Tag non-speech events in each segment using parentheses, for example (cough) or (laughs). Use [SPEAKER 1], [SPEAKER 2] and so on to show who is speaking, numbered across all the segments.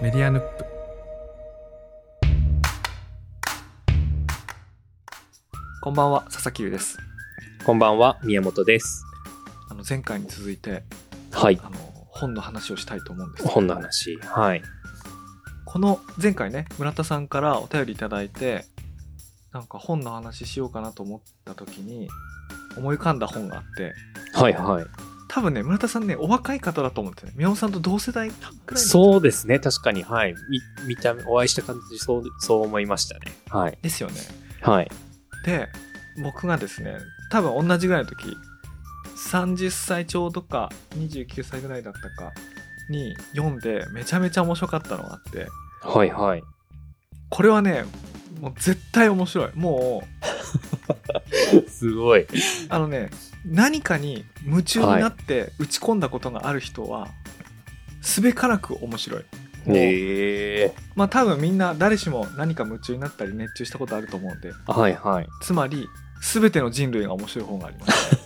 [SPEAKER 1] メディアヌップこんばんは佐々木優です
[SPEAKER 2] こんばんは、宮本です。
[SPEAKER 1] あの前回に続いて
[SPEAKER 2] はい。
[SPEAKER 1] あの本の話をしたいと思うんです
[SPEAKER 2] 本の話。はい。
[SPEAKER 1] この前回ね村田さんからお便りいただいてなんか本の話しようかなと思った時に思い浮かんだ本があって
[SPEAKER 2] はいはい。
[SPEAKER 1] 多分ね村田さんねお若い方だと思うんですよね宮本さんと同世代くらいの
[SPEAKER 2] そうですね。確かに、はい。み見た目、お会いした感じ、そう、そう思いましたね。はい。
[SPEAKER 1] ですよね
[SPEAKER 2] はい。
[SPEAKER 1] で僕がですね多分同じぐらいの時30歳ちょうどか29歳ぐらいだったかに読んでめちゃめちゃ面白かったのがあって
[SPEAKER 2] はいはい。
[SPEAKER 1] これはねもう絶対面白いもう
[SPEAKER 2] すごい。
[SPEAKER 1] あのね何かに夢中になって打ち込んだことがある人は、すべからく面白い
[SPEAKER 2] へえ。
[SPEAKER 1] まあ多分みんな誰しも何か夢中になったり熱中したことあると思うんで
[SPEAKER 2] はいはい。
[SPEAKER 1] つまり全ての人類が面白い本があります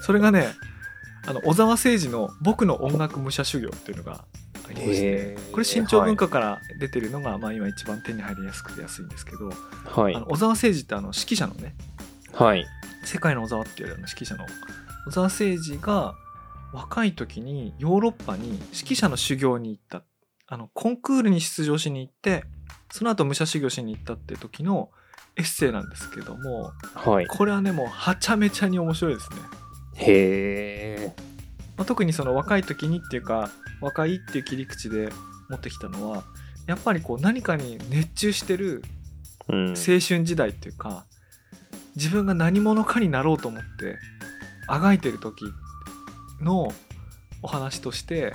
[SPEAKER 2] (laughs)
[SPEAKER 1] それがねあの小沢誠二の「僕の音楽武者修行」っていうのがありまして
[SPEAKER 2] へー
[SPEAKER 1] これ新潮文化から出てるのが、まあ、今一番手に入りやすくて安いんですけど、
[SPEAKER 2] はい
[SPEAKER 1] あ。の小沢誠二ってあの指揮者のね
[SPEAKER 2] はい。
[SPEAKER 1] 世界の小沢っていうあの指揮者の小沢誠二が若い時にヨーロッパに指揮者の修行に行ったあのコンクールに出場しに行ってその後武者修行しに行ったって時のエッセイなんですけども
[SPEAKER 2] はい。
[SPEAKER 1] これはねもうはちゃめちゃに面白いですね、
[SPEAKER 2] へえ。
[SPEAKER 1] まあ、特にその若い時にっていうか若いっていう切り口で持ってきたのはやっぱりこう何かに熱中してる
[SPEAKER 2] うん。
[SPEAKER 1] 青春時代っていうか自分が何者かになろうと思ってあがいてる時のお話として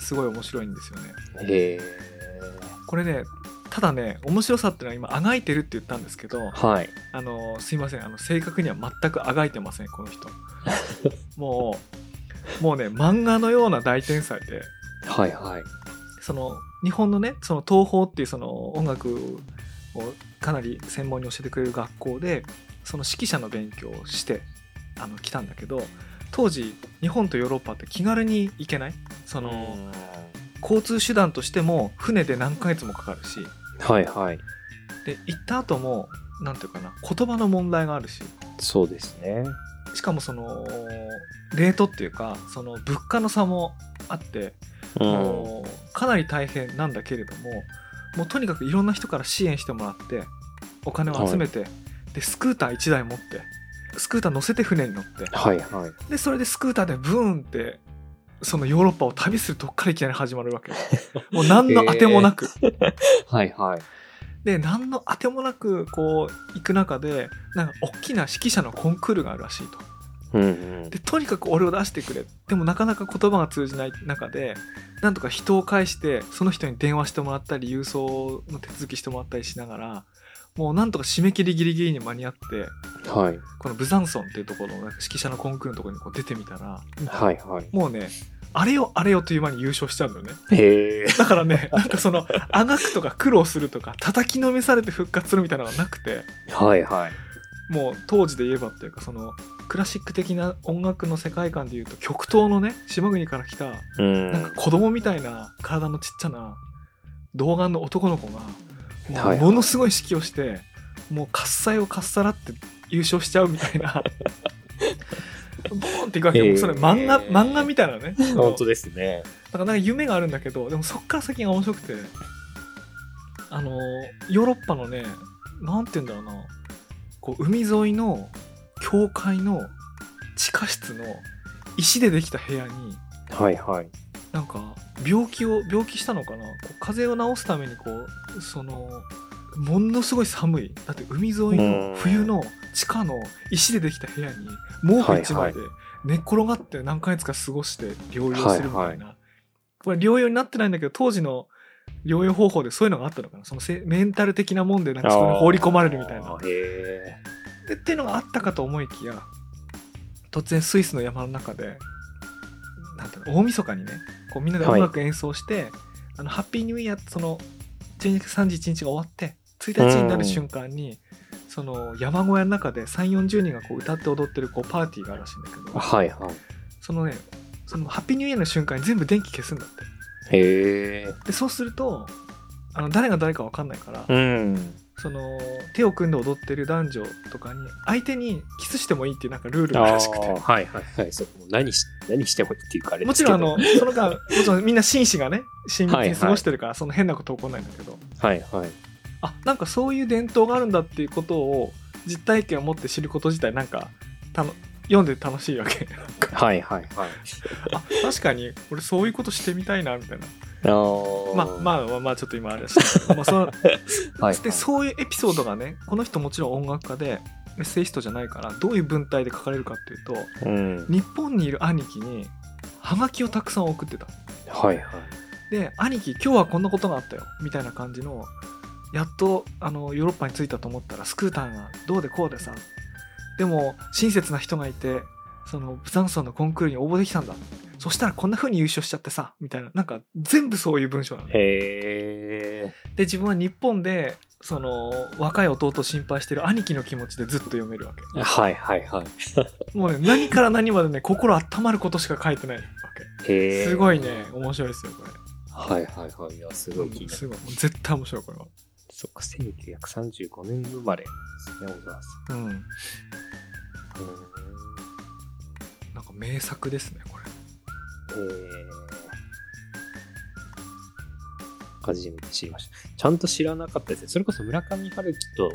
[SPEAKER 1] すごい面白いんですよね
[SPEAKER 2] へえ。
[SPEAKER 1] これねただね面白さっていうのは今あがいてるって言ったんですけど
[SPEAKER 2] はい。
[SPEAKER 1] あのすいませんあの正確には全くあがいてませんこ
[SPEAKER 2] (laughs)
[SPEAKER 1] の人もうもうね漫画のような大天才で
[SPEAKER 2] はいはい。
[SPEAKER 1] その日本のねその東宝っていうその音楽をかなり専門に教えてくれる学校でその指揮者の勉強をしてあの来たんだけど当時日本とヨーロッパって気軽に行けないそ
[SPEAKER 2] あ
[SPEAKER 1] の、交通手段としても船で何ヶ月もかかるし
[SPEAKER 2] はいはい。
[SPEAKER 1] で行った後もなんていうかな言葉の問題があるし
[SPEAKER 2] そうですね。
[SPEAKER 1] しかもそのレートっていうかその物価の差もあって、
[SPEAKER 2] うん。
[SPEAKER 1] もうかなり大変なんだけれどももうとにかくいろんな人から支援してもらってお金を集めて、でスクーター1台持ってスクーター乗せて船に乗って
[SPEAKER 2] はいはい。
[SPEAKER 1] でそれでスクーターでブーンってそのヨーロッパを旅するとこからいきなり始まる
[SPEAKER 2] (laughs)
[SPEAKER 1] わけもう何の当てもなく、
[SPEAKER 2] はいはい。
[SPEAKER 1] で何の当てもなくこう行く中でなんか大きな指揮者のコンクールがあるらしいと。
[SPEAKER 2] うんうん。
[SPEAKER 1] でとにかく俺を出してくれでもなかなか言葉が通じない中でなんとか人を介してその人に電話してもらったり郵送の手続きしてもらったりしながらもうなんとか締め切りギリギリに間に合って
[SPEAKER 2] はい。
[SPEAKER 1] このブザンソンっていうところのなんか指揮者のコンクールのところにこう出てみたら
[SPEAKER 2] はいはい。
[SPEAKER 1] もうねあれよあれよという間に優勝しちゃうんだよね
[SPEAKER 2] へえ。
[SPEAKER 1] だからねなんかそのあがくとか苦労するとか叩きのめされて復活するみたいなのがなくて
[SPEAKER 2] はいはい。
[SPEAKER 1] もう当時で言えばっていうかそのクラシック的な音楽の世界観でいうと極東のね島国から来た
[SPEAKER 2] うん
[SPEAKER 1] なんか子供みたいな体のちっちゃな童顔の男の子がも
[SPEAKER 2] は
[SPEAKER 1] う
[SPEAKER 2] い
[SPEAKER 1] ものすごい指揮をして、もう喝采をかっさらって優勝しちゃうみたい
[SPEAKER 2] (laughs)
[SPEAKER 1] なボーンっていくわけよ、もうそれ
[SPEAKER 2] へー
[SPEAKER 1] 漫画漫画みたいなねその
[SPEAKER 2] 本当ですね。
[SPEAKER 1] だからなんか夢があるんだけどでもそっから先が面白くてあのヨーロッパのねなんて言うんだろうなこう海沿いの教会の地下室の石でできた部屋に
[SPEAKER 2] はいはい。
[SPEAKER 1] なんか病気を病気したのかなこう風邪を治すためにこうそのものすごい寒いだって海沿いの冬の地下の石でできた部屋に毛布一枚で寝っ転がって何ヶ月か過ごして療養するみたいな、
[SPEAKER 2] はい
[SPEAKER 1] これ療養になってないんだけど当時の療養方法でそういうのがあったのかなそのせメンタル的なもんでなんかそこに放り込まれるみたいな
[SPEAKER 2] あー。へ
[SPEAKER 1] でっていうのがあったかと思いきや突然スイスの山の中でなんていうの大晦日にねこうみんなで音楽演奏して、あのハッピーニューイヤーってその12月31日が終わって1日になる瞬間に、その山小屋の中で3 4 0人がこう歌って踊ってるこうパーティーがあるらしいんだけ
[SPEAKER 2] え。
[SPEAKER 1] ど
[SPEAKER 2] はいはい。
[SPEAKER 1] そのねそのハッピーニューイヤーの瞬間に全部電気消すんだって
[SPEAKER 2] へえ。
[SPEAKER 1] でそうするとあの誰が誰か分かんないから、
[SPEAKER 2] うん。
[SPEAKER 1] その手を組んで踊ってる男女とかに相手にキスしてもいいっていうなんかルール
[SPEAKER 2] あ
[SPEAKER 1] ら
[SPEAKER 2] あ
[SPEAKER 1] しくて
[SPEAKER 2] ー、はいはいはい。そこも何し、何してもいいっていうかあれで
[SPEAKER 1] も
[SPEAKER 2] す
[SPEAKER 1] ち
[SPEAKER 2] け
[SPEAKER 1] ろん
[SPEAKER 2] ど
[SPEAKER 1] あの、その間もちろんみんな紳士がね親
[SPEAKER 2] (laughs)
[SPEAKER 1] 密
[SPEAKER 2] はいは
[SPEAKER 1] に
[SPEAKER 2] い
[SPEAKER 1] 過ごしてるからその変なこと起こんないんだけど、
[SPEAKER 2] はいはい。
[SPEAKER 1] あなんかそういう伝統があるんだっていうことを実体験を持って知ること自体なんかたの読んで楽しいわけ (laughs)
[SPEAKER 2] はいはいはい。
[SPEAKER 1] あ確かに俺そういうことしてみたいなみたいな
[SPEAKER 2] ああ。
[SPEAKER 1] まあまあまあまあちょっと今あれだし、 (laughs) まあ、その
[SPEAKER 2] あ、はい、
[SPEAKER 1] でそういうエピソードがねこの人もちろん音楽家でエッセイストじゃないからどういう文体で書かれるかっていうと
[SPEAKER 2] うん。
[SPEAKER 1] 日本にいる兄貴にハガキをたくさん送ってた
[SPEAKER 2] はいはい。
[SPEAKER 1] で兄貴今日はこんなことがあったよみたいな感じのやっとあのヨーロッパに着いたと思ったらスクーターがどうでこうでさでも親切な人がいてそのブザンソンのコンクールに応募できたんだそしたらこんな風に優勝しちゃってさみたいななんか全部そういう文章なので
[SPEAKER 2] へえ。
[SPEAKER 1] 自分は日本でその若い弟を心配してる兄貴の気持ちでずっと読めるわけ
[SPEAKER 2] はいはいはい。
[SPEAKER 1] もうね何から何までね心温まることしか書いてないわけ
[SPEAKER 2] へえ。
[SPEAKER 1] すごいね。面白いですよこれ
[SPEAKER 2] はいはいはい。いや、すごい気になる。
[SPEAKER 1] すごいもう絶対面白いこれは
[SPEAKER 2] そっか、1935年生まれなんですね、小沢さ
[SPEAKER 1] うん
[SPEAKER 2] ん。う
[SPEAKER 1] なんか名作ですねこれ
[SPEAKER 2] ーんへえ。初めて知りました。ちゃんと知らなかったですね。それこそ村上春樹と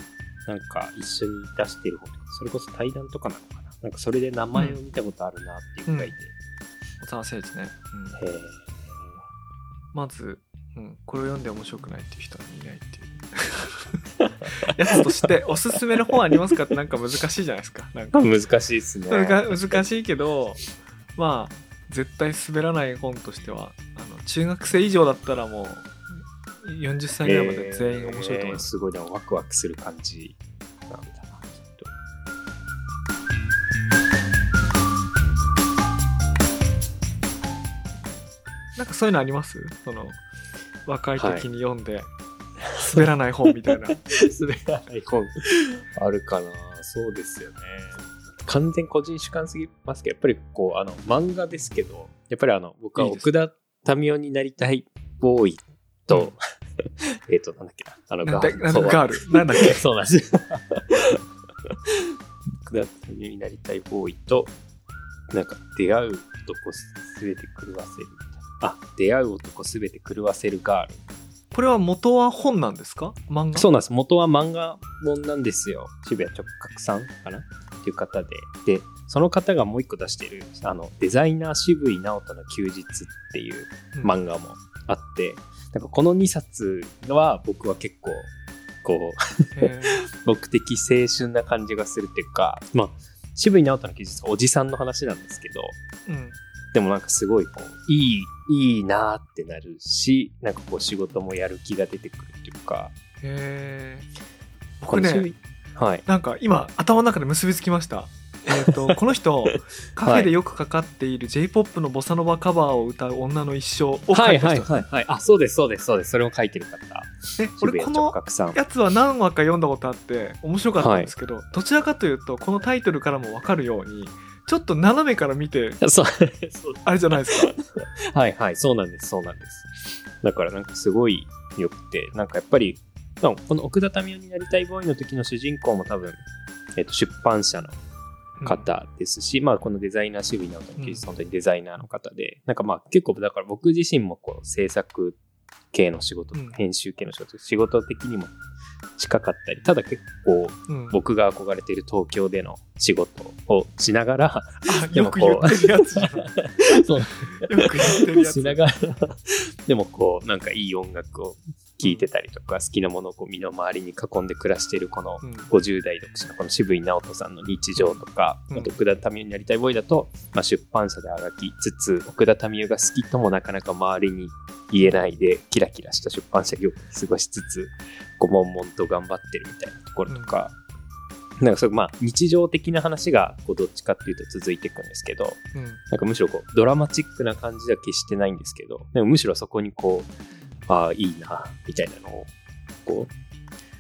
[SPEAKER 2] なんか一緒に出してる本とか、それこそ対談とかなのかな。なんかそれで名前を見たことあるなっていうぐらいで。
[SPEAKER 1] 小沢誠治ね、うん
[SPEAKER 2] へえ。
[SPEAKER 1] まず、うん、これを読んで面白くないっていう人はいな
[SPEAKER 2] (laughs)
[SPEAKER 1] いっていうやつとしておすすめの本ありますかってなんか難しいじゃないですかなんか
[SPEAKER 2] 難しいですね。
[SPEAKER 1] 難難しいけどまあ絶対滑らない本としてはあの中学生以上だったらもう40歳ぐらいまで全員面白い
[SPEAKER 2] え
[SPEAKER 1] と思い
[SPEAKER 2] ー
[SPEAKER 1] ます、
[SPEAKER 2] すごいな、ワクワクする感じなんだな、きっと。
[SPEAKER 1] なんかそういうのありますその若い時に読んで滑らない本みたいな、
[SPEAKER 2] 滑らない本あるかなそうですよね完全個人主観すぎますけどやっぱりこうあの漫画ですけどやっぱりあの僕はい
[SPEAKER 1] いです
[SPEAKER 2] 奥田民生になりたいボーイと、 (laughs) えっとなんだっ (laughs) けなあの
[SPEAKER 1] なん
[SPEAKER 2] ガー
[SPEAKER 1] だ
[SPEAKER 2] ル
[SPEAKER 1] なんだガールなんだっ
[SPEAKER 2] (laughs)
[SPEAKER 1] け
[SPEAKER 2] そうなんですよ奥田民生になりたいボーイとなんか出会う男すべて狂わせるあ出会う男すべて狂わせるガール
[SPEAKER 1] これは元は本なんですか漫画
[SPEAKER 2] そうなんです。元は漫画本なんですよ。渋谷直角さんかなっていう方で。で、その方がもう一個出してる、あの、デザイナー渋井直人の休日っていう
[SPEAKER 1] うん
[SPEAKER 2] 漫画もあって、なんかこの2冊は僕は結構、こう、 (laughs)
[SPEAKER 1] へ
[SPEAKER 2] 僕的青春な感じがするっていうか、まあ、渋井直人の休日はおじさんの話なんですけど、
[SPEAKER 1] ーうん
[SPEAKER 2] でもなんかすごいこう、いい、いいなーってなるし、なんかこう仕事もやる気が出てくるっていうか、
[SPEAKER 1] へー
[SPEAKER 2] こ
[SPEAKER 1] 僕
[SPEAKER 2] の
[SPEAKER 1] ね、
[SPEAKER 2] はい。
[SPEAKER 1] なんか今頭の中で結びつきましたえ
[SPEAKER 2] (laughs)
[SPEAKER 1] っ、とこの人カフェでよくかかっている j p o p のボサノバカバーを歌う女の一生を書いた人、
[SPEAKER 2] はいはいはいはい。あ、そうですそうですそうです。それを書いてる方。
[SPEAKER 1] で俺こ
[SPEAKER 2] 直
[SPEAKER 1] の
[SPEAKER 2] 角さん。
[SPEAKER 1] やつは何話か読んだことあって面白かったんですけど、どちらかというとこのタイトルからも分かるようにちょっと斜めから見て
[SPEAKER 2] (laughs) そうそう
[SPEAKER 1] あれじゃないですか
[SPEAKER 2] はいはい、そうなんです、そうなんです。だからなんかすごい良くて、なんかやっぱり、まあこの奥田民生になりたいボーイの時の主人公も多分、えっと、出版社の方ですし、まあこのデザイナー渋谷直人の休日、本当にデザイナーの方で、なんかまあ結構だから僕自身もこう制作系の仕事、
[SPEAKER 1] うん
[SPEAKER 2] 編集系の仕事、仕事的にも近かったり、ただ結構
[SPEAKER 1] うん、うん
[SPEAKER 2] 僕が憧れている東京での仕事をしながら、
[SPEAKER 1] あ
[SPEAKER 2] で
[SPEAKER 1] よ
[SPEAKER 2] も
[SPEAKER 1] く
[SPEAKER 2] こう
[SPEAKER 1] 言ってるやつじゃんよ
[SPEAKER 2] (laughs) そう
[SPEAKER 1] く言ってるや
[SPEAKER 2] (laughs)
[SPEAKER 1] つ
[SPEAKER 2] しながら、でもこう、なんかいい音楽を聴いてたりとか、好きなものをこう身の回りに囲んで暮らしているこの
[SPEAKER 1] うん
[SPEAKER 2] 50代独身のこの渋井直人さんの日常とか、
[SPEAKER 1] うん
[SPEAKER 2] あと奥田民生になりたいボーイだと、まあ、出版社であがきつつ、奥田民生が好きともなかなか周りに言えないで、キラキラした出版社業界を過ごしつつ、こう、悶々と頑張ってるみたいなところとか、なんかそうまあ、日常的な話がこうどっちかっていうと続いていくんですけど、
[SPEAKER 1] うん
[SPEAKER 2] なんかむしろこうドラマチックな感じでは決してないんですけど、でもむしろそこにこう、ああ、いいな、みたいなのを、こう、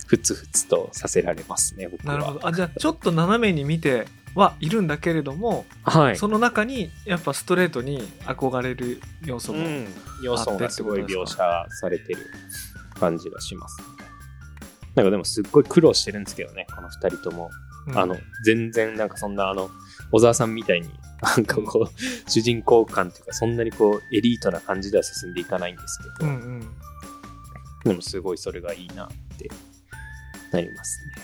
[SPEAKER 2] ふつふつとさせられますね、僕は。
[SPEAKER 1] なるほどあじゃあちょっと斜めに見てはいるんだけれども、
[SPEAKER 2] はい。
[SPEAKER 1] その中にやっぱストレートに憧れる要素
[SPEAKER 2] う
[SPEAKER 1] も、
[SPEAKER 2] ん、要素がすごい描写されてる感じがします。なんかでもすっごい苦労してるんですけどね、この2人とも。
[SPEAKER 1] うん
[SPEAKER 2] あの、全然なんかそんなあの、小沢さんみたいに、なんかこう、主人公感というか、そんなにこう、エリートな感じでは進んでいかないんですけど、
[SPEAKER 1] うんうん
[SPEAKER 2] でもすごいそれがいいなってなりますね。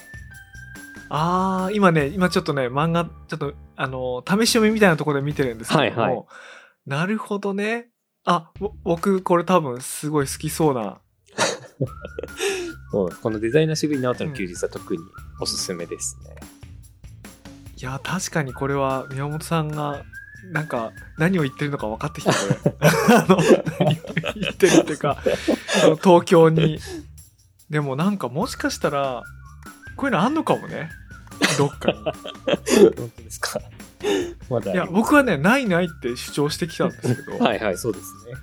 [SPEAKER 1] ああ、今ね、今ちょっとね、漫画、ちょっと、あのー、試し読みみたいなところで見てるんですけども、
[SPEAKER 2] はいはい
[SPEAKER 1] なるほどね。あ、ぼ僕、これ多分、すごい好きそうな。
[SPEAKER 2] そうこのデザイナー渋い直人の休日は特におすすめですね。
[SPEAKER 1] いや、確かにこれは、宮本さんが、なんか、何を言ってるのか分かってきた、こ
[SPEAKER 2] (laughs)
[SPEAKER 1] れ。あの、何を言ってるっていうか、あの東京に。でも、なんか、もしかしたら、こういうのあんのかもね。どっかに。
[SPEAKER 2] 本当ですか。まだあ
[SPEAKER 1] い
[SPEAKER 2] りま
[SPEAKER 1] や、
[SPEAKER 2] す
[SPEAKER 1] 僕はね、ないないって主張してきたんですけど。
[SPEAKER 2] はいはい、そうですね。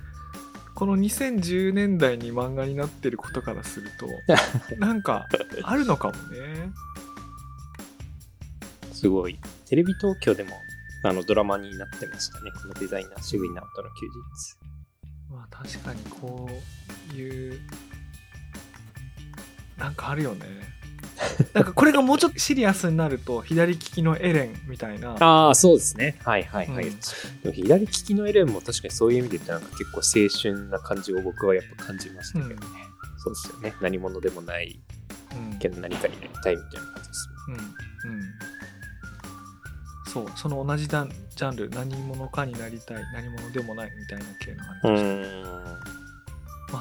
[SPEAKER 1] この2010年代に漫画になってることからするとなんかあるのかもね
[SPEAKER 2] すごい。テレビ東京でもあのドラマになってましたね。このデザイナー、渋井直人の休日。
[SPEAKER 1] まあ確かにこういうなんかあるよねなんかこれがもうちょっとシリアスになると左利きのエレンみたいな
[SPEAKER 2] ああ、そうですね。はいはい
[SPEAKER 1] はい
[SPEAKER 2] でも左利きのエレンも確かにそういう意味で言ったらなんか結構青春な感じを僕はやっぱ感じましたけどね。
[SPEAKER 1] うん
[SPEAKER 2] そうですよね。何者でもない
[SPEAKER 1] うん
[SPEAKER 2] けど何かになりたいみたいな感じです
[SPEAKER 1] うんうんそうその同じだんジャンル何者かになりたい何者でもないみたいな系の
[SPEAKER 2] も
[SPEAKER 1] あ
[SPEAKER 2] ん
[SPEAKER 1] れ
[SPEAKER 2] ね。
[SPEAKER 1] でし
[SPEAKER 2] う
[SPEAKER 1] た
[SPEAKER 2] ーん。
[SPEAKER 1] ま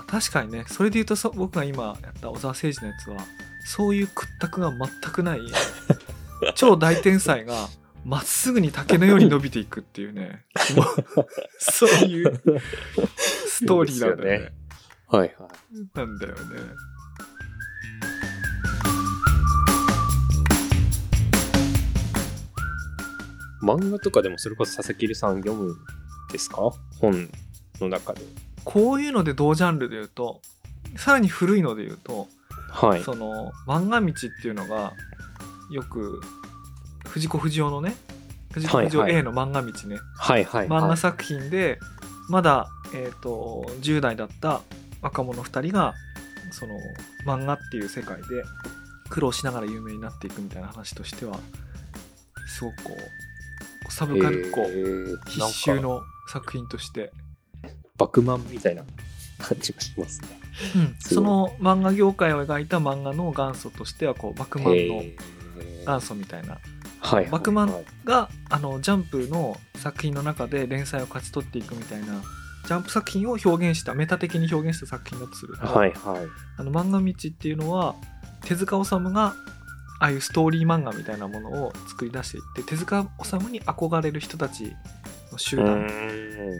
[SPEAKER 1] あ確かにねそれで言うとそ僕が今やった小沢誠二のやつはそういう屈託が全く
[SPEAKER 2] (laughs)
[SPEAKER 1] ない超大天才がまっすぐに竹のように伸びていくっていう
[SPEAKER 2] (laughs)
[SPEAKER 1] ねもうそういうストーリーなんだよね
[SPEAKER 2] はいはい。
[SPEAKER 1] なんだよね
[SPEAKER 2] 漫画とかでもそれこそ佐々木留さん読むんですか本の中で。
[SPEAKER 1] こういうので同ジャンルで言うとさらに古いので言うと、
[SPEAKER 2] はい。
[SPEAKER 1] その漫画道っていうのがよく藤子不二雄のね藤子
[SPEAKER 2] は
[SPEAKER 1] 不二
[SPEAKER 2] い
[SPEAKER 1] 雄
[SPEAKER 2] は
[SPEAKER 1] A の漫画道ね、
[SPEAKER 2] はいはい、はい。
[SPEAKER 1] 漫画作品でまだ、えー、と10代だった若者2人がその漫画っていう世界で苦労しながら有名になっていくみたいな話としてはすごくこうサブカルっ子
[SPEAKER 2] へー
[SPEAKER 1] 必修
[SPEAKER 2] なんか
[SPEAKER 1] の作品として、
[SPEAKER 2] バクマンみたいな感じがしますね。
[SPEAKER 1] うんその漫画業界を描いた漫画の元祖としてはこう「バクマン」の
[SPEAKER 2] へー
[SPEAKER 1] 元祖みたいな
[SPEAKER 2] はいはい
[SPEAKER 1] バクマン
[SPEAKER 2] はい
[SPEAKER 1] があのジャンプの作品の中で連載を勝ち取っていくみたいなジャンプ作品を表現したメタ的に表現した作品だとすると、
[SPEAKER 2] はいはい。
[SPEAKER 1] あの漫画道っていうのは手塚治虫がああいうストーリー漫画みたいなものを作り出していって手塚治虫に憧れる人たちの集
[SPEAKER 2] うー
[SPEAKER 1] 団、
[SPEAKER 2] ん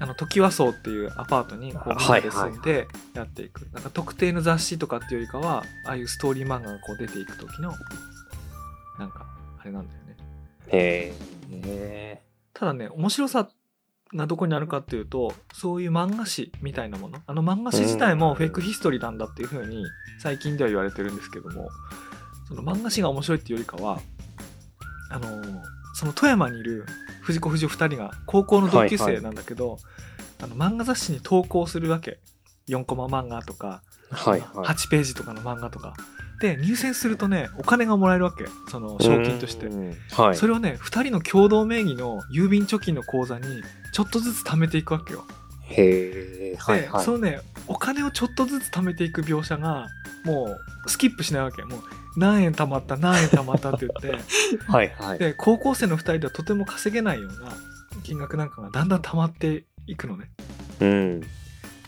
[SPEAKER 1] あの時和荘っていうアパートにこうみんなで住んでやっていく、なんか特定の雑誌とかっていうよりかはああいうストーリー漫画がこう出ていく時のなんかあれなんだよね
[SPEAKER 2] へえ。
[SPEAKER 1] ただね面白さがどこにあるかっていうとそういう漫画誌みたいなものあの漫画誌自体もフェイクヒストリーなんだっていうふうに最近では言われてるんですけどもその漫画誌が面白いっていうよりかはあのその富山にいる藤子不二雄2人が高校の同級生なんだけど、あの漫画雑誌に投稿するわけ4コマ漫画とか
[SPEAKER 2] はいはい。
[SPEAKER 1] 8ページとかの漫画とかで入選するとねお金がもらえるわけその賞金として
[SPEAKER 2] う。ーん。はい。
[SPEAKER 1] それをね2人の共同名義の郵便貯金の口座にちょっとずつ貯めていくわけよ。
[SPEAKER 2] へえ。はい
[SPEAKER 1] で
[SPEAKER 2] はい
[SPEAKER 1] そ。のねお金をちょっとずつ貯めていく描写がもうスキップしないわけもう何円貯まった何円貯まったって言っ
[SPEAKER 2] はいはい
[SPEAKER 1] て。で高校生の2人ではとても稼げないような金額なんかがだんだん貯まっていくのね。
[SPEAKER 2] うん。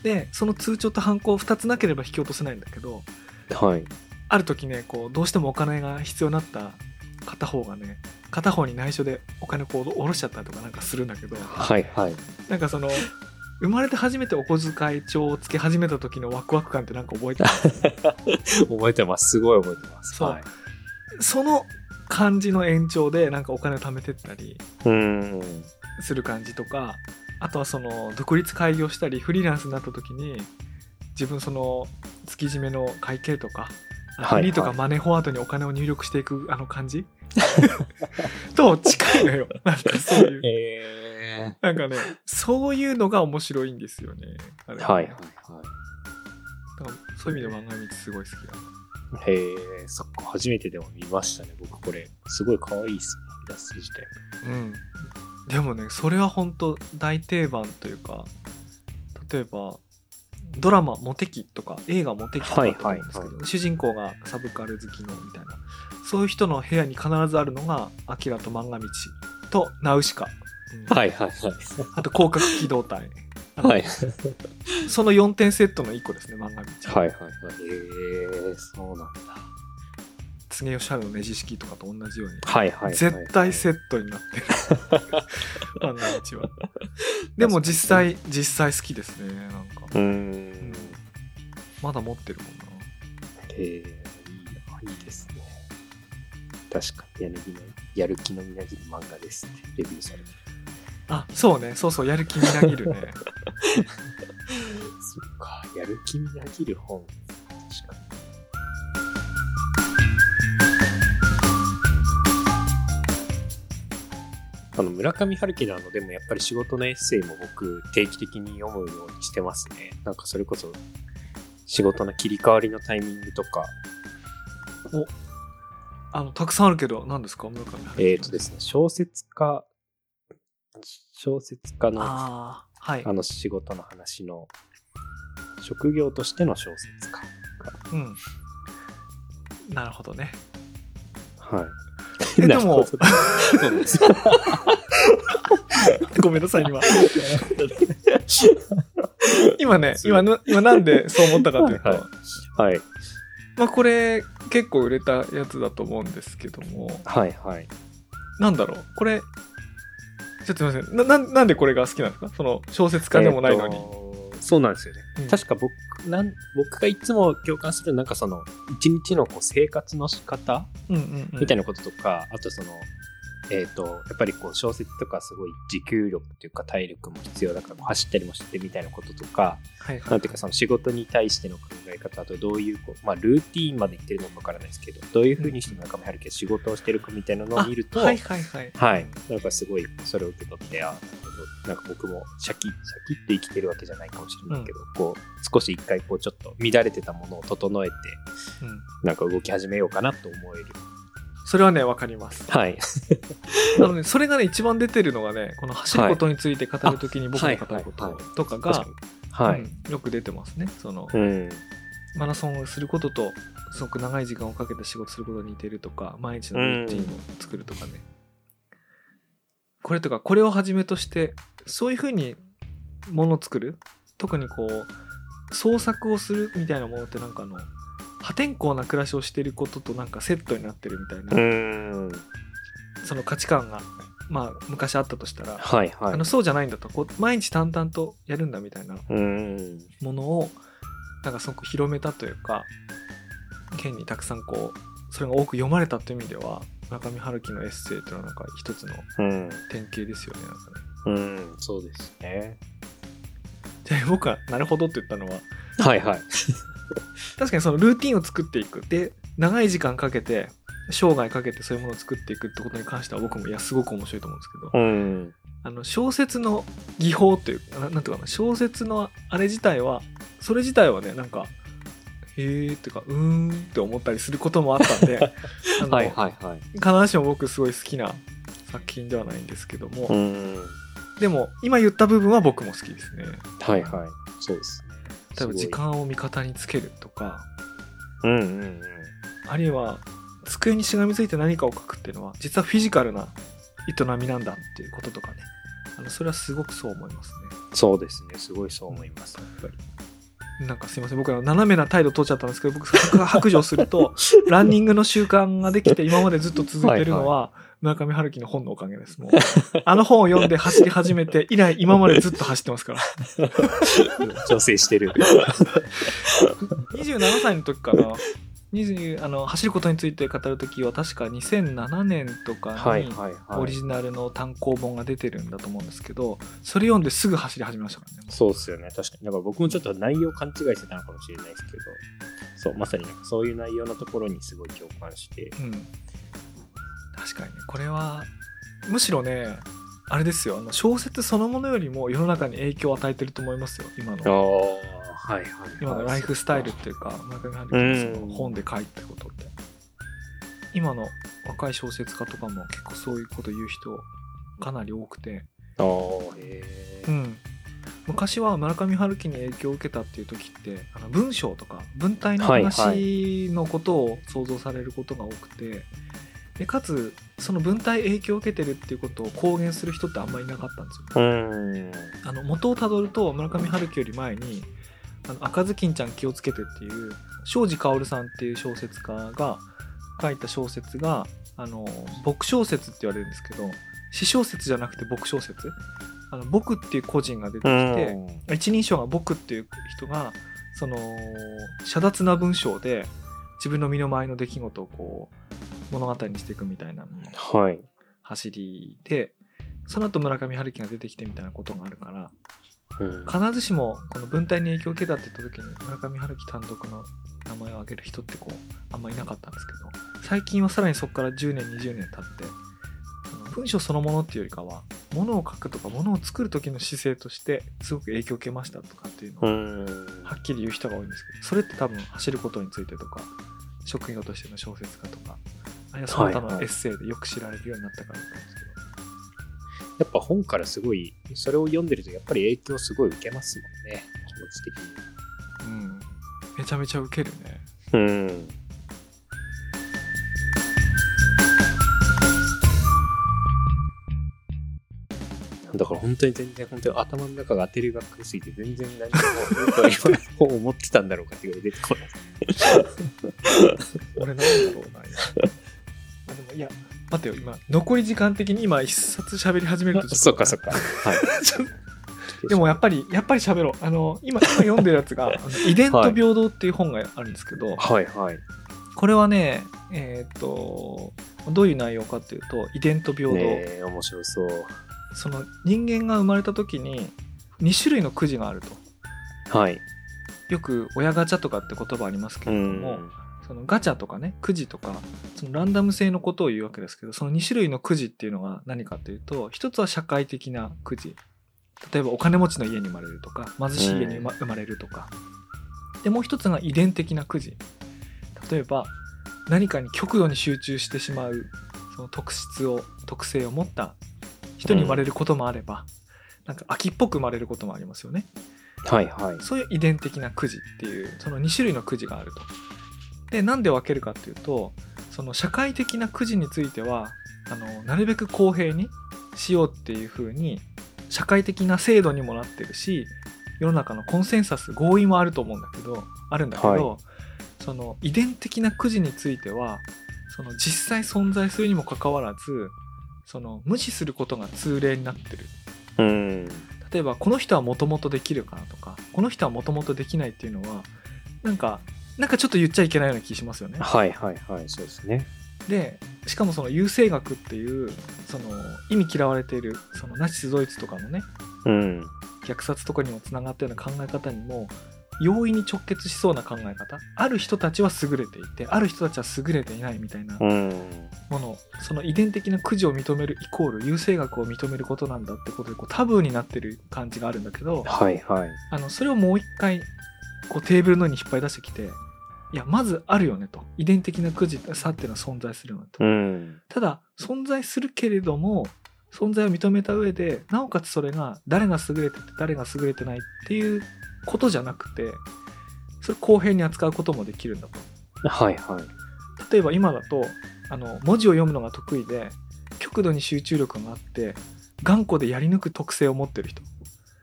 [SPEAKER 1] でその通帳と犯行2つなければ引き落とせないんだけど
[SPEAKER 2] はい。
[SPEAKER 1] ある時ねこうどうしてもお金が必要になった片方がね片方に内緒でお金をこう下ろしちゃったりとかなんかするんだけど。
[SPEAKER 2] はいはい。
[SPEAKER 1] なんかその生まれて初めてお小遣い帳をつけ始めた時のワクワク感ってなんか覚え
[SPEAKER 2] (laughs)
[SPEAKER 1] てる
[SPEAKER 2] 覚えてます。すごい覚えてます。
[SPEAKER 1] そう
[SPEAKER 2] はい
[SPEAKER 1] その感じの延長でなんかお金を貯めてったり
[SPEAKER 2] うーん。
[SPEAKER 1] する感じとかあとはその独立開業したりフリーランスになった時に自分その月締めの会計とかあ
[SPEAKER 2] はい
[SPEAKER 1] フリーとかマネーフォワードにお金を入力していくあの感じ (laughs) と近いのよ。なんかそういう。
[SPEAKER 2] え
[SPEAKER 1] なんかね、そういうのが面白いんですよね。あ
[SPEAKER 2] は
[SPEAKER 1] れ
[SPEAKER 2] いはい
[SPEAKER 1] だか
[SPEAKER 2] は
[SPEAKER 1] らそういう意味で漫画見てすごい好きだ。
[SPEAKER 2] い。へえ、そっか、初めてでも見ましたね、僕これ。すごい可愛いっすね、イラスト自体。
[SPEAKER 1] うん。でもね、それは本当大定番というか、例えば、ドラマ「モテキ」とか映画「モテキ」とか
[SPEAKER 2] はい
[SPEAKER 1] と思うんですけど、
[SPEAKER 2] はい
[SPEAKER 1] 主人公がサブカル好きのみたいなそういう人の部屋に必ずあるのが「アキラと漫画道」と「ナウシカ」うん
[SPEAKER 2] はいはいはい。
[SPEAKER 1] あと「広角機動隊」あの
[SPEAKER 2] はい。
[SPEAKER 1] その4点セットの1個ですね漫画道
[SPEAKER 2] はいはいはい。へえ、そうなんだ。
[SPEAKER 1] 柘義春のねじ式とかと同じように、
[SPEAKER 2] はいはいはい。
[SPEAKER 1] 絶対セットになって (laughs) る漫画道はでも実際実際好きですねなんか
[SPEAKER 2] うーん。
[SPEAKER 1] まだ持ってるもんな
[SPEAKER 2] へえ、いいな、いいですね。確かに、やる気の、やる気のみなぎる漫画ですって、レビューされてる。
[SPEAKER 1] あそうねそうそうやる気みなぎるね
[SPEAKER 2] そうか、やる気みなぎる本。確かに。あの村上春樹のあのでもやっぱり仕事のエッセイも僕定期的に読むようにしてますねなんかそれこそ仕事の切り替わりのタイミングとか
[SPEAKER 1] (laughs) あのたくさんあるけど何ですか村上春樹
[SPEAKER 2] えっ、ー、とですね小説家小説家のあ
[SPEAKER 1] ああはい
[SPEAKER 2] の仕事の話の職業としての小説家
[SPEAKER 1] うんなるほど (laughs) ね
[SPEAKER 2] はい
[SPEAKER 1] (laughs) えで
[SPEAKER 2] なるほ
[SPEAKER 1] も
[SPEAKER 2] どそうなんですよ
[SPEAKER 1] ごめんなさい今今ね今の今なんでそう思ったかというと、
[SPEAKER 2] はいははい
[SPEAKER 1] まあ、これ結構売れたやつだと思うんですけども
[SPEAKER 2] はいはい。
[SPEAKER 1] なんだろうこれちょっとすいませんなななんでこれが好きなんですかその小説家でもないのに、
[SPEAKER 2] えーとそうなんですよね。
[SPEAKER 1] うん
[SPEAKER 2] 確か僕なん僕がいつも共感するなんかその一日のこう生活の仕方
[SPEAKER 1] うんうんうん
[SPEAKER 2] みたいなこととか、あとそのえっ、とやっぱりこう小説とかすごい持久力というか体力も必要だから走ったりもしてみたいなこととか、
[SPEAKER 1] はいはい
[SPEAKER 2] なんていうかその仕事に対しての考え方あとどういうこうまあルーティーンまでいってるのかわからないですけどどういうふうにして中村春樹が仕事をしてるかみたいなのを見ると。
[SPEAKER 1] あはいはいはい
[SPEAKER 2] はい、なんかすごいそれを受け取って、あなるほど、なんか僕もシャキシャキって生きてるわけじゃないかもしれないけど、こう少し一回こうちょっと乱れてたものを整えて、
[SPEAKER 1] うん
[SPEAKER 2] なんか動き始めようかなと思える。
[SPEAKER 1] それはねわかります
[SPEAKER 2] はい、
[SPEAKER 1] あのねそれがね一番出てるのがねこの走ることについて語るときに僕
[SPEAKER 2] は
[SPEAKER 1] の
[SPEAKER 2] い
[SPEAKER 1] 語るこ
[SPEAKER 2] はい
[SPEAKER 1] と
[SPEAKER 2] はい
[SPEAKER 1] とかが、
[SPEAKER 2] 確かに。は
[SPEAKER 1] う
[SPEAKER 2] い、
[SPEAKER 1] んよく出てますねその、
[SPEAKER 2] うん、
[SPEAKER 1] マラソンをすることとすごく長い時間をかけて仕事することに似てるとか毎日のルーティンを作るとかね、これとかこれをはじめとしてそういうふうにものを作る特にこう創作をするみたいなものってなんかあの破天荒な暮らしをしていることとなんかセットになってるみたいな、
[SPEAKER 2] うん、
[SPEAKER 1] その価値観がまあ昔あったとしたら、
[SPEAKER 2] はいは
[SPEAKER 1] あ
[SPEAKER 2] い
[SPEAKER 1] の。そうじゃないんだとこう毎日淡々とやるんだみたいな
[SPEAKER 2] うん、
[SPEAKER 1] ものをなんかすごく広めたというか県にたくさんこうそれが多く読まれたという意味では村上春樹のエッセイというのはなんか一つの
[SPEAKER 2] うん、
[SPEAKER 1] 典型ですよねなんかね。
[SPEAKER 2] うん、そうですね。
[SPEAKER 1] じゃあ僕はなるほどって言ったのは
[SPEAKER 2] はいはい。
[SPEAKER 1] 確かにそのルーティンを作っていくで長い時間かけて生涯かけてそういうものを作っていくってことに関しては僕もいやすごく面白いと思うんですけど、
[SPEAKER 2] うん、
[SPEAKER 1] あの小説の技法というかななんていうかな小説のあれ自体はそれ自体はねなんかへえっていうかうーんって思ったりすることもあったんで
[SPEAKER 2] (laughs)
[SPEAKER 1] あの
[SPEAKER 2] はいはいはい。
[SPEAKER 1] 必ずしも僕すごい好きな作品ではないんですけども、
[SPEAKER 2] うん、
[SPEAKER 1] でも今言った部分は僕も好きですね
[SPEAKER 2] はいはい。そうですね。
[SPEAKER 1] 例
[SPEAKER 2] す
[SPEAKER 1] えば
[SPEAKER 2] ごい
[SPEAKER 1] 時。間を味方につけるとか
[SPEAKER 2] うんうんうん。
[SPEAKER 1] あるいは机にしがみついて何かを書くっていうのは実はフィジカルな営みなんだっていうこととかねあのそれはすごくそう思いますね
[SPEAKER 2] そうですね。すごいそう思います。やっぱり。
[SPEAKER 1] なんかすいません僕は斜めな態度取っちゃったんですけど僕 (laughs) そこが白状す
[SPEAKER 2] (laughs)
[SPEAKER 1] るとランニングの習慣ができて今までずっと続いてるのは村上春樹の本のおかげですもうあの本を読んで走り始めて以来今までずっと走ってますから
[SPEAKER 2] (laughs) 調整して (laughs) る。
[SPEAKER 1] 27歳の時かな20あの走ることについて語る時は確か2007年とかに
[SPEAKER 2] はい
[SPEAKER 1] オリジナルの単行本が出てるんだと思うんですけどそれ読んですぐ走り始めましたからね
[SPEAKER 2] そうっすよね。確かに。だから僕もちょっと内容勘違いしてたのかもしれないですけど、そう、まさになんかそういう内容のところにすごい共感して、
[SPEAKER 1] うん確かにねこれはむしろねあれですよあの小説そのものよりも世の中に影響を与えてると思いますよ今
[SPEAKER 2] ああ、
[SPEAKER 1] の
[SPEAKER 2] はいはい、はい。
[SPEAKER 1] 今のライフスタイルっていうか村上春樹のその本で書いたことって、今の若い小説家とかも結構そういうこと言う人かなり多くて、
[SPEAKER 2] ああ、へ
[SPEAKER 1] う
[SPEAKER 2] え。
[SPEAKER 1] ん、昔は村上春樹に影響を受けたっていう時ってあの文章とか文体の
[SPEAKER 2] はいはい
[SPEAKER 1] 話のことを想像されることが多くて、でかつその文体影響を受けてるっていうことを公言する人ってあんまりいなかったんです
[SPEAKER 2] うん。
[SPEAKER 1] よ。あの元をたどると村上春樹より前に「あの赤ずきんちゃん気をつけて」っていう庄司薫さんっていう小説家が書いた小説があの僕小説って言われるんですけど私小説じゃなくて僕小説あの僕っていう個人が出てきて、一人称が僕っていう人がその遮奪な文章で自分の身の回りの出来事をこう物語にしていくみたいな
[SPEAKER 2] はい。
[SPEAKER 1] 走りでその後村上春樹が出てきてみたいなことがあるから
[SPEAKER 2] うん
[SPEAKER 1] 必ずしもこの文体に影響を受けたって言った時に村上春樹単独の名前を挙げる人ってこうあんまいなかったんですけど最近はさらにそこから10年20年経ってその文章そのものっていうよりかは物を書くとか物を作る時の姿勢としてすごく影響を受けましたとかっていうの
[SPEAKER 2] う
[SPEAKER 1] を
[SPEAKER 2] ん。
[SPEAKER 1] はっきり言う人が多いんですけどそれって多分走ることについてとか職業としての小説家とかあるいはその他
[SPEAKER 2] はい
[SPEAKER 1] の
[SPEAKER 2] はい
[SPEAKER 1] エッセイでよく知られるようになったからだと思うんですけど。
[SPEAKER 2] やっぱ本からすごい、それを読んでるとやっぱり影響すごい受けますもんね、気持ち的に。
[SPEAKER 1] うん、めちゃめちゃウケるね
[SPEAKER 2] うん。だから本当に全然本当に頭の中が当てるがくすぎて全然何も本当に今こう思ってたんだろうかっていうぐらい出てこない。
[SPEAKER 1] 俺なんだろ
[SPEAKER 2] (laughs)
[SPEAKER 1] うな今あでもいや待てよ今残り時間的に今一冊喋り始めるとちょっと
[SPEAKER 2] (laughs) そっかそっか。はい。
[SPEAKER 1] ちょっとでもやっぱりやっぱり喋ろうあの今今読んでるや
[SPEAKER 2] (laughs)
[SPEAKER 1] つが「あの遺伝と平等」っていう本があるんですけど、
[SPEAKER 2] はいはい。
[SPEAKER 1] これはねえーっとどういう内容かっていうと遺伝と平等、
[SPEAKER 2] ねえ、面白そう。
[SPEAKER 1] その人間が生まれた時に2種類のくじがあると
[SPEAKER 2] はい。
[SPEAKER 1] よく親ガチャとかって言葉ありますけ
[SPEAKER 2] う
[SPEAKER 1] れども、
[SPEAKER 2] ん。
[SPEAKER 1] そのガチャとかねくじとかそのランダム性のことを言うわけですけどその2種類のくじっていうのが何かというと一つは社会的なくじ例えばお金持ちの家に生まれるとか貧しい家に生ま生まれるとかでもう一つが遺伝的なくじ例えば何かに極度に集中してしまうその特質を特性を持った人に生まれることもあれば、なんか秋っぽく生まれることもありますよね
[SPEAKER 2] はいはい。
[SPEAKER 1] そういう遺伝的なくじっていうその2種類のくじがあると。でなんで分けるかっていうとその社会的なくじについてはあのなるべく公平にしようっていう風に社会的な制度にもなってるし世の中のコンセンサス合意もあると思うんだけどあるんだけど、
[SPEAKER 2] は
[SPEAKER 1] その遺伝的なくじについてはその実際存在するにもかかわらずその無視することが通例になってる
[SPEAKER 2] うん。
[SPEAKER 1] 例えばこの人はもともとできるかなとかこの人はもともとできないっていうのはなんかなんかちょっと言っちゃいけないような気しますよね。
[SPEAKER 2] はいはいはい。そうですね。
[SPEAKER 1] でしかもその優生学っていうその意味嫌われているそのナチスドイツとかのね
[SPEAKER 2] うん。
[SPEAKER 1] 虐殺とかにもつながったような考え方にも容易に直結しそうな考え方ある人たちは優れていてある人たちは優れていないみたいな
[SPEAKER 2] うん。
[SPEAKER 1] ものその遺伝的なくじを認めるイコール優生学を認めることなんだってことでこうタブーになってる感じがあるんだけど。
[SPEAKER 2] はいはい。
[SPEAKER 1] あのそれをもう一回こうテーブルの上に引っ張り出してきていやまずあるよねと遺伝的なくじ差っていうのは存在するよねと、
[SPEAKER 2] うん。
[SPEAKER 1] ただ存在するけれども存在を認めた上でなおかつそれが誰が優れてて誰が優れてないっていうことじゃなくてそれ公平に扱うこともできるんだと
[SPEAKER 2] はいはい。
[SPEAKER 1] 例えば今だとあの文字を読むのが得意で極度に集中力があって頑固でやり抜く特性を持ってる人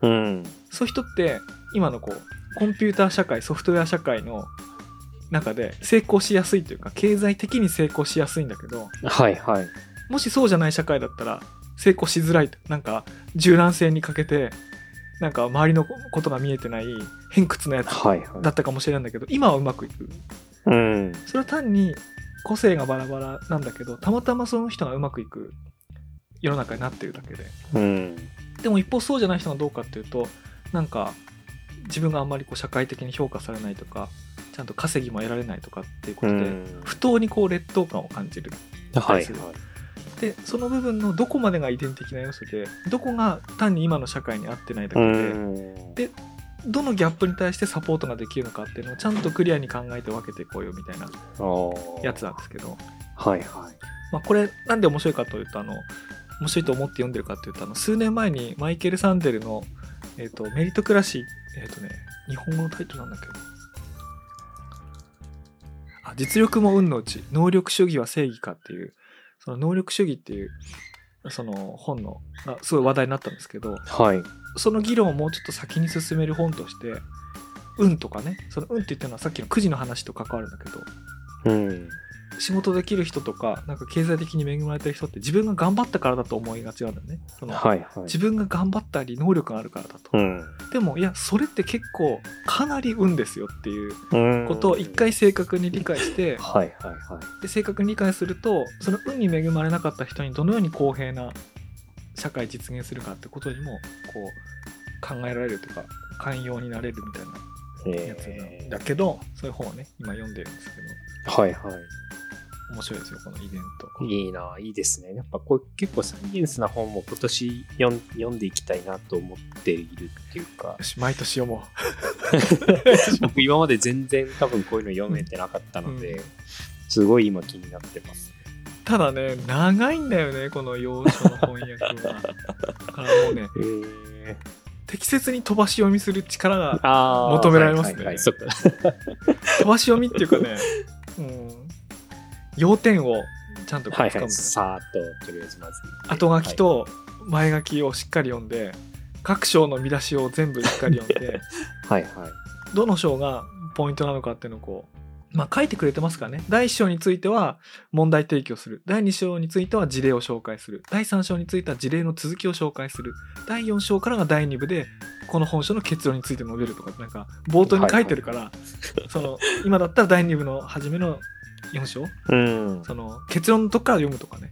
[SPEAKER 2] うん。
[SPEAKER 1] そういう人って今のこうコンピューター社会ソフトウェア社会の中で成功しやすいというか経済的に成功しやすいんだけど
[SPEAKER 2] はいはい。
[SPEAKER 1] もしそうじゃない社会だったら成功しづらいとなんか柔軟性に欠けてなんか周りのことが見えてない偏屈なやつ
[SPEAKER 2] はいはい。
[SPEAKER 1] だったかもしれないんだけど今はうまくいく
[SPEAKER 2] うん。
[SPEAKER 1] それは単に個性がバラバラなんだけどたまたまその人がうまくいく世の中になってるだけで
[SPEAKER 2] うん。
[SPEAKER 1] でも一方そうじゃない人がどうかっていうとなんか自分があんまりこう社会的に評価されないとかちゃんと稼ぎも得られないとかっていうことで、不当にこう劣等感を感じる
[SPEAKER 2] はいはい。
[SPEAKER 1] でその部分のどこまでが遺伝的な要素でどこが単に今の社会に合ってないだけで、
[SPEAKER 2] ん
[SPEAKER 1] でどのギャップに対してサポートができるのかっていうのをちゃんとクリアに考えて分けていこうよみたいな
[SPEAKER 2] あー
[SPEAKER 1] やつなんですけど、
[SPEAKER 2] はいはい
[SPEAKER 1] まあ、これなんで面白いかというとあの面白いと思って読んでるかというとあの数年前にマイケル・サンデルの、えー、とメリットクラシーえっ、とね日本語のタイトルなんだけどあ実力も運のうち能力主義は正義かっていうその能力主義っていうその本のあすごい話題になったんですけど
[SPEAKER 2] はい
[SPEAKER 1] その議論をもうちょっと先に進める本として運とかねその運って言ったのはさっきのくじの話と関わるんだけど
[SPEAKER 2] うん
[SPEAKER 1] 仕事できる人とかなんか経済的に恵まれてる人って自分が頑張ったからだと思いがちなんだよねその、
[SPEAKER 2] はいは
[SPEAKER 1] 自
[SPEAKER 2] い
[SPEAKER 1] 分が頑張ったり能力があるからだと、
[SPEAKER 2] うん
[SPEAKER 1] でもいやそれって結構かなり運ですよっていう
[SPEAKER 2] うん
[SPEAKER 1] ことを一回正確に理解して
[SPEAKER 2] はいはいはい
[SPEAKER 1] で正確に理解するとその運に恵まれなかった人にどのように公平な社会実現するかってことにもこう考えられるとか寛容になれるみたいなやつ
[SPEAKER 2] え
[SPEAKER 1] なん
[SPEAKER 2] ー
[SPEAKER 1] だけど、そういう本をね今読んでるんですけ
[SPEAKER 2] はいは
[SPEAKER 1] ど面白いですよこのイベント。
[SPEAKER 2] い。いいな、いいですね。やっぱこれ結構サイエンスな本も今年読ん読んでいきたいなと思っているっていう
[SPEAKER 1] (laughs)
[SPEAKER 2] か
[SPEAKER 1] よ、し毎年読も
[SPEAKER 2] 僕今まで全然多分こういうの読めてなかったので、
[SPEAKER 1] うん
[SPEAKER 2] すごい今気になってます。
[SPEAKER 1] うただね長いんだよねこの要所の翻訳はだからもうね
[SPEAKER 2] え
[SPEAKER 1] 適切に飛ばし読みする力が
[SPEAKER 2] あー
[SPEAKER 1] 求められますね
[SPEAKER 2] はいはいはいそっか
[SPEAKER 1] 飛ばし読みっていうかね、うん、要点をちゃんとこう
[SPEAKER 2] はい
[SPEAKER 1] 掴む、
[SPEAKER 2] はい。さーっと、とりあえずまず。
[SPEAKER 1] 後書き、と前書きをしっかり読んで各章の見出しを全部しっかり読んで
[SPEAKER 2] はい、はいはい。
[SPEAKER 1] どの章がポイントなのかっていうのをこう、まあ、書いてくれてますからね第1章については問題提起をする第2章については事例を紹介する第3章については事例の続きを紹介する第4章からが第2部でこの本書の結論について述べるとかなんか冒頭に書いてるから、その今だったら第2部の初めの4章
[SPEAKER 2] うん。
[SPEAKER 1] その結論のとこから読むとかね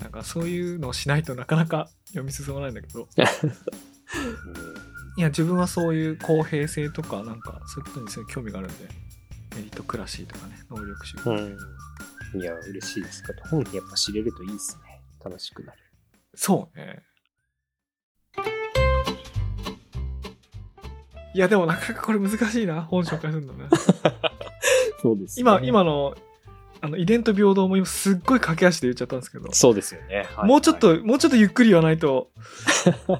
[SPEAKER 1] なんかそういうのをしないとなかなか読み進まないんだけどいや自分はそういう公平性とかなんかそういうことにすごい興味があるんでメリットクラシーとかね能力主義、
[SPEAKER 2] うん。いや、嬉しいですけど、本やっぱ知れるといいですね。楽しくなる。
[SPEAKER 1] そうねいやでもなかなかこれ難しいな本紹介するのね
[SPEAKER 2] そうです、
[SPEAKER 1] 今今のあの遺伝と平等も今すっごい駆け足で言っちゃったんですけど
[SPEAKER 2] そうですよね。はい
[SPEAKER 1] もうちょっと、
[SPEAKER 2] はい
[SPEAKER 1] もうちょっとゆっくり言わない
[SPEAKER 2] (laughs)
[SPEAKER 1] と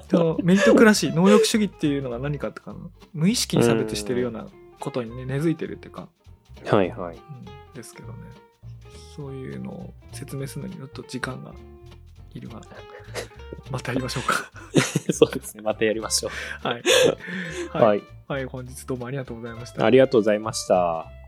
[SPEAKER 1] そのメリットクラシー能力主義っていうのが何かっていうか無意識に差別してるようなことに、ね、根付いてるっていうか、
[SPEAKER 2] はい (laughs) はい。
[SPEAKER 1] うん、ですけどねそういうのを説明するのにちょっと時間がい (laughs) るがまたやりましょうか
[SPEAKER 2] そうですね。またやりましょう。
[SPEAKER 1] (laughs) はい、
[SPEAKER 2] はい。
[SPEAKER 1] はい、本日どうもありがとうございました
[SPEAKER 2] ありがとうございました。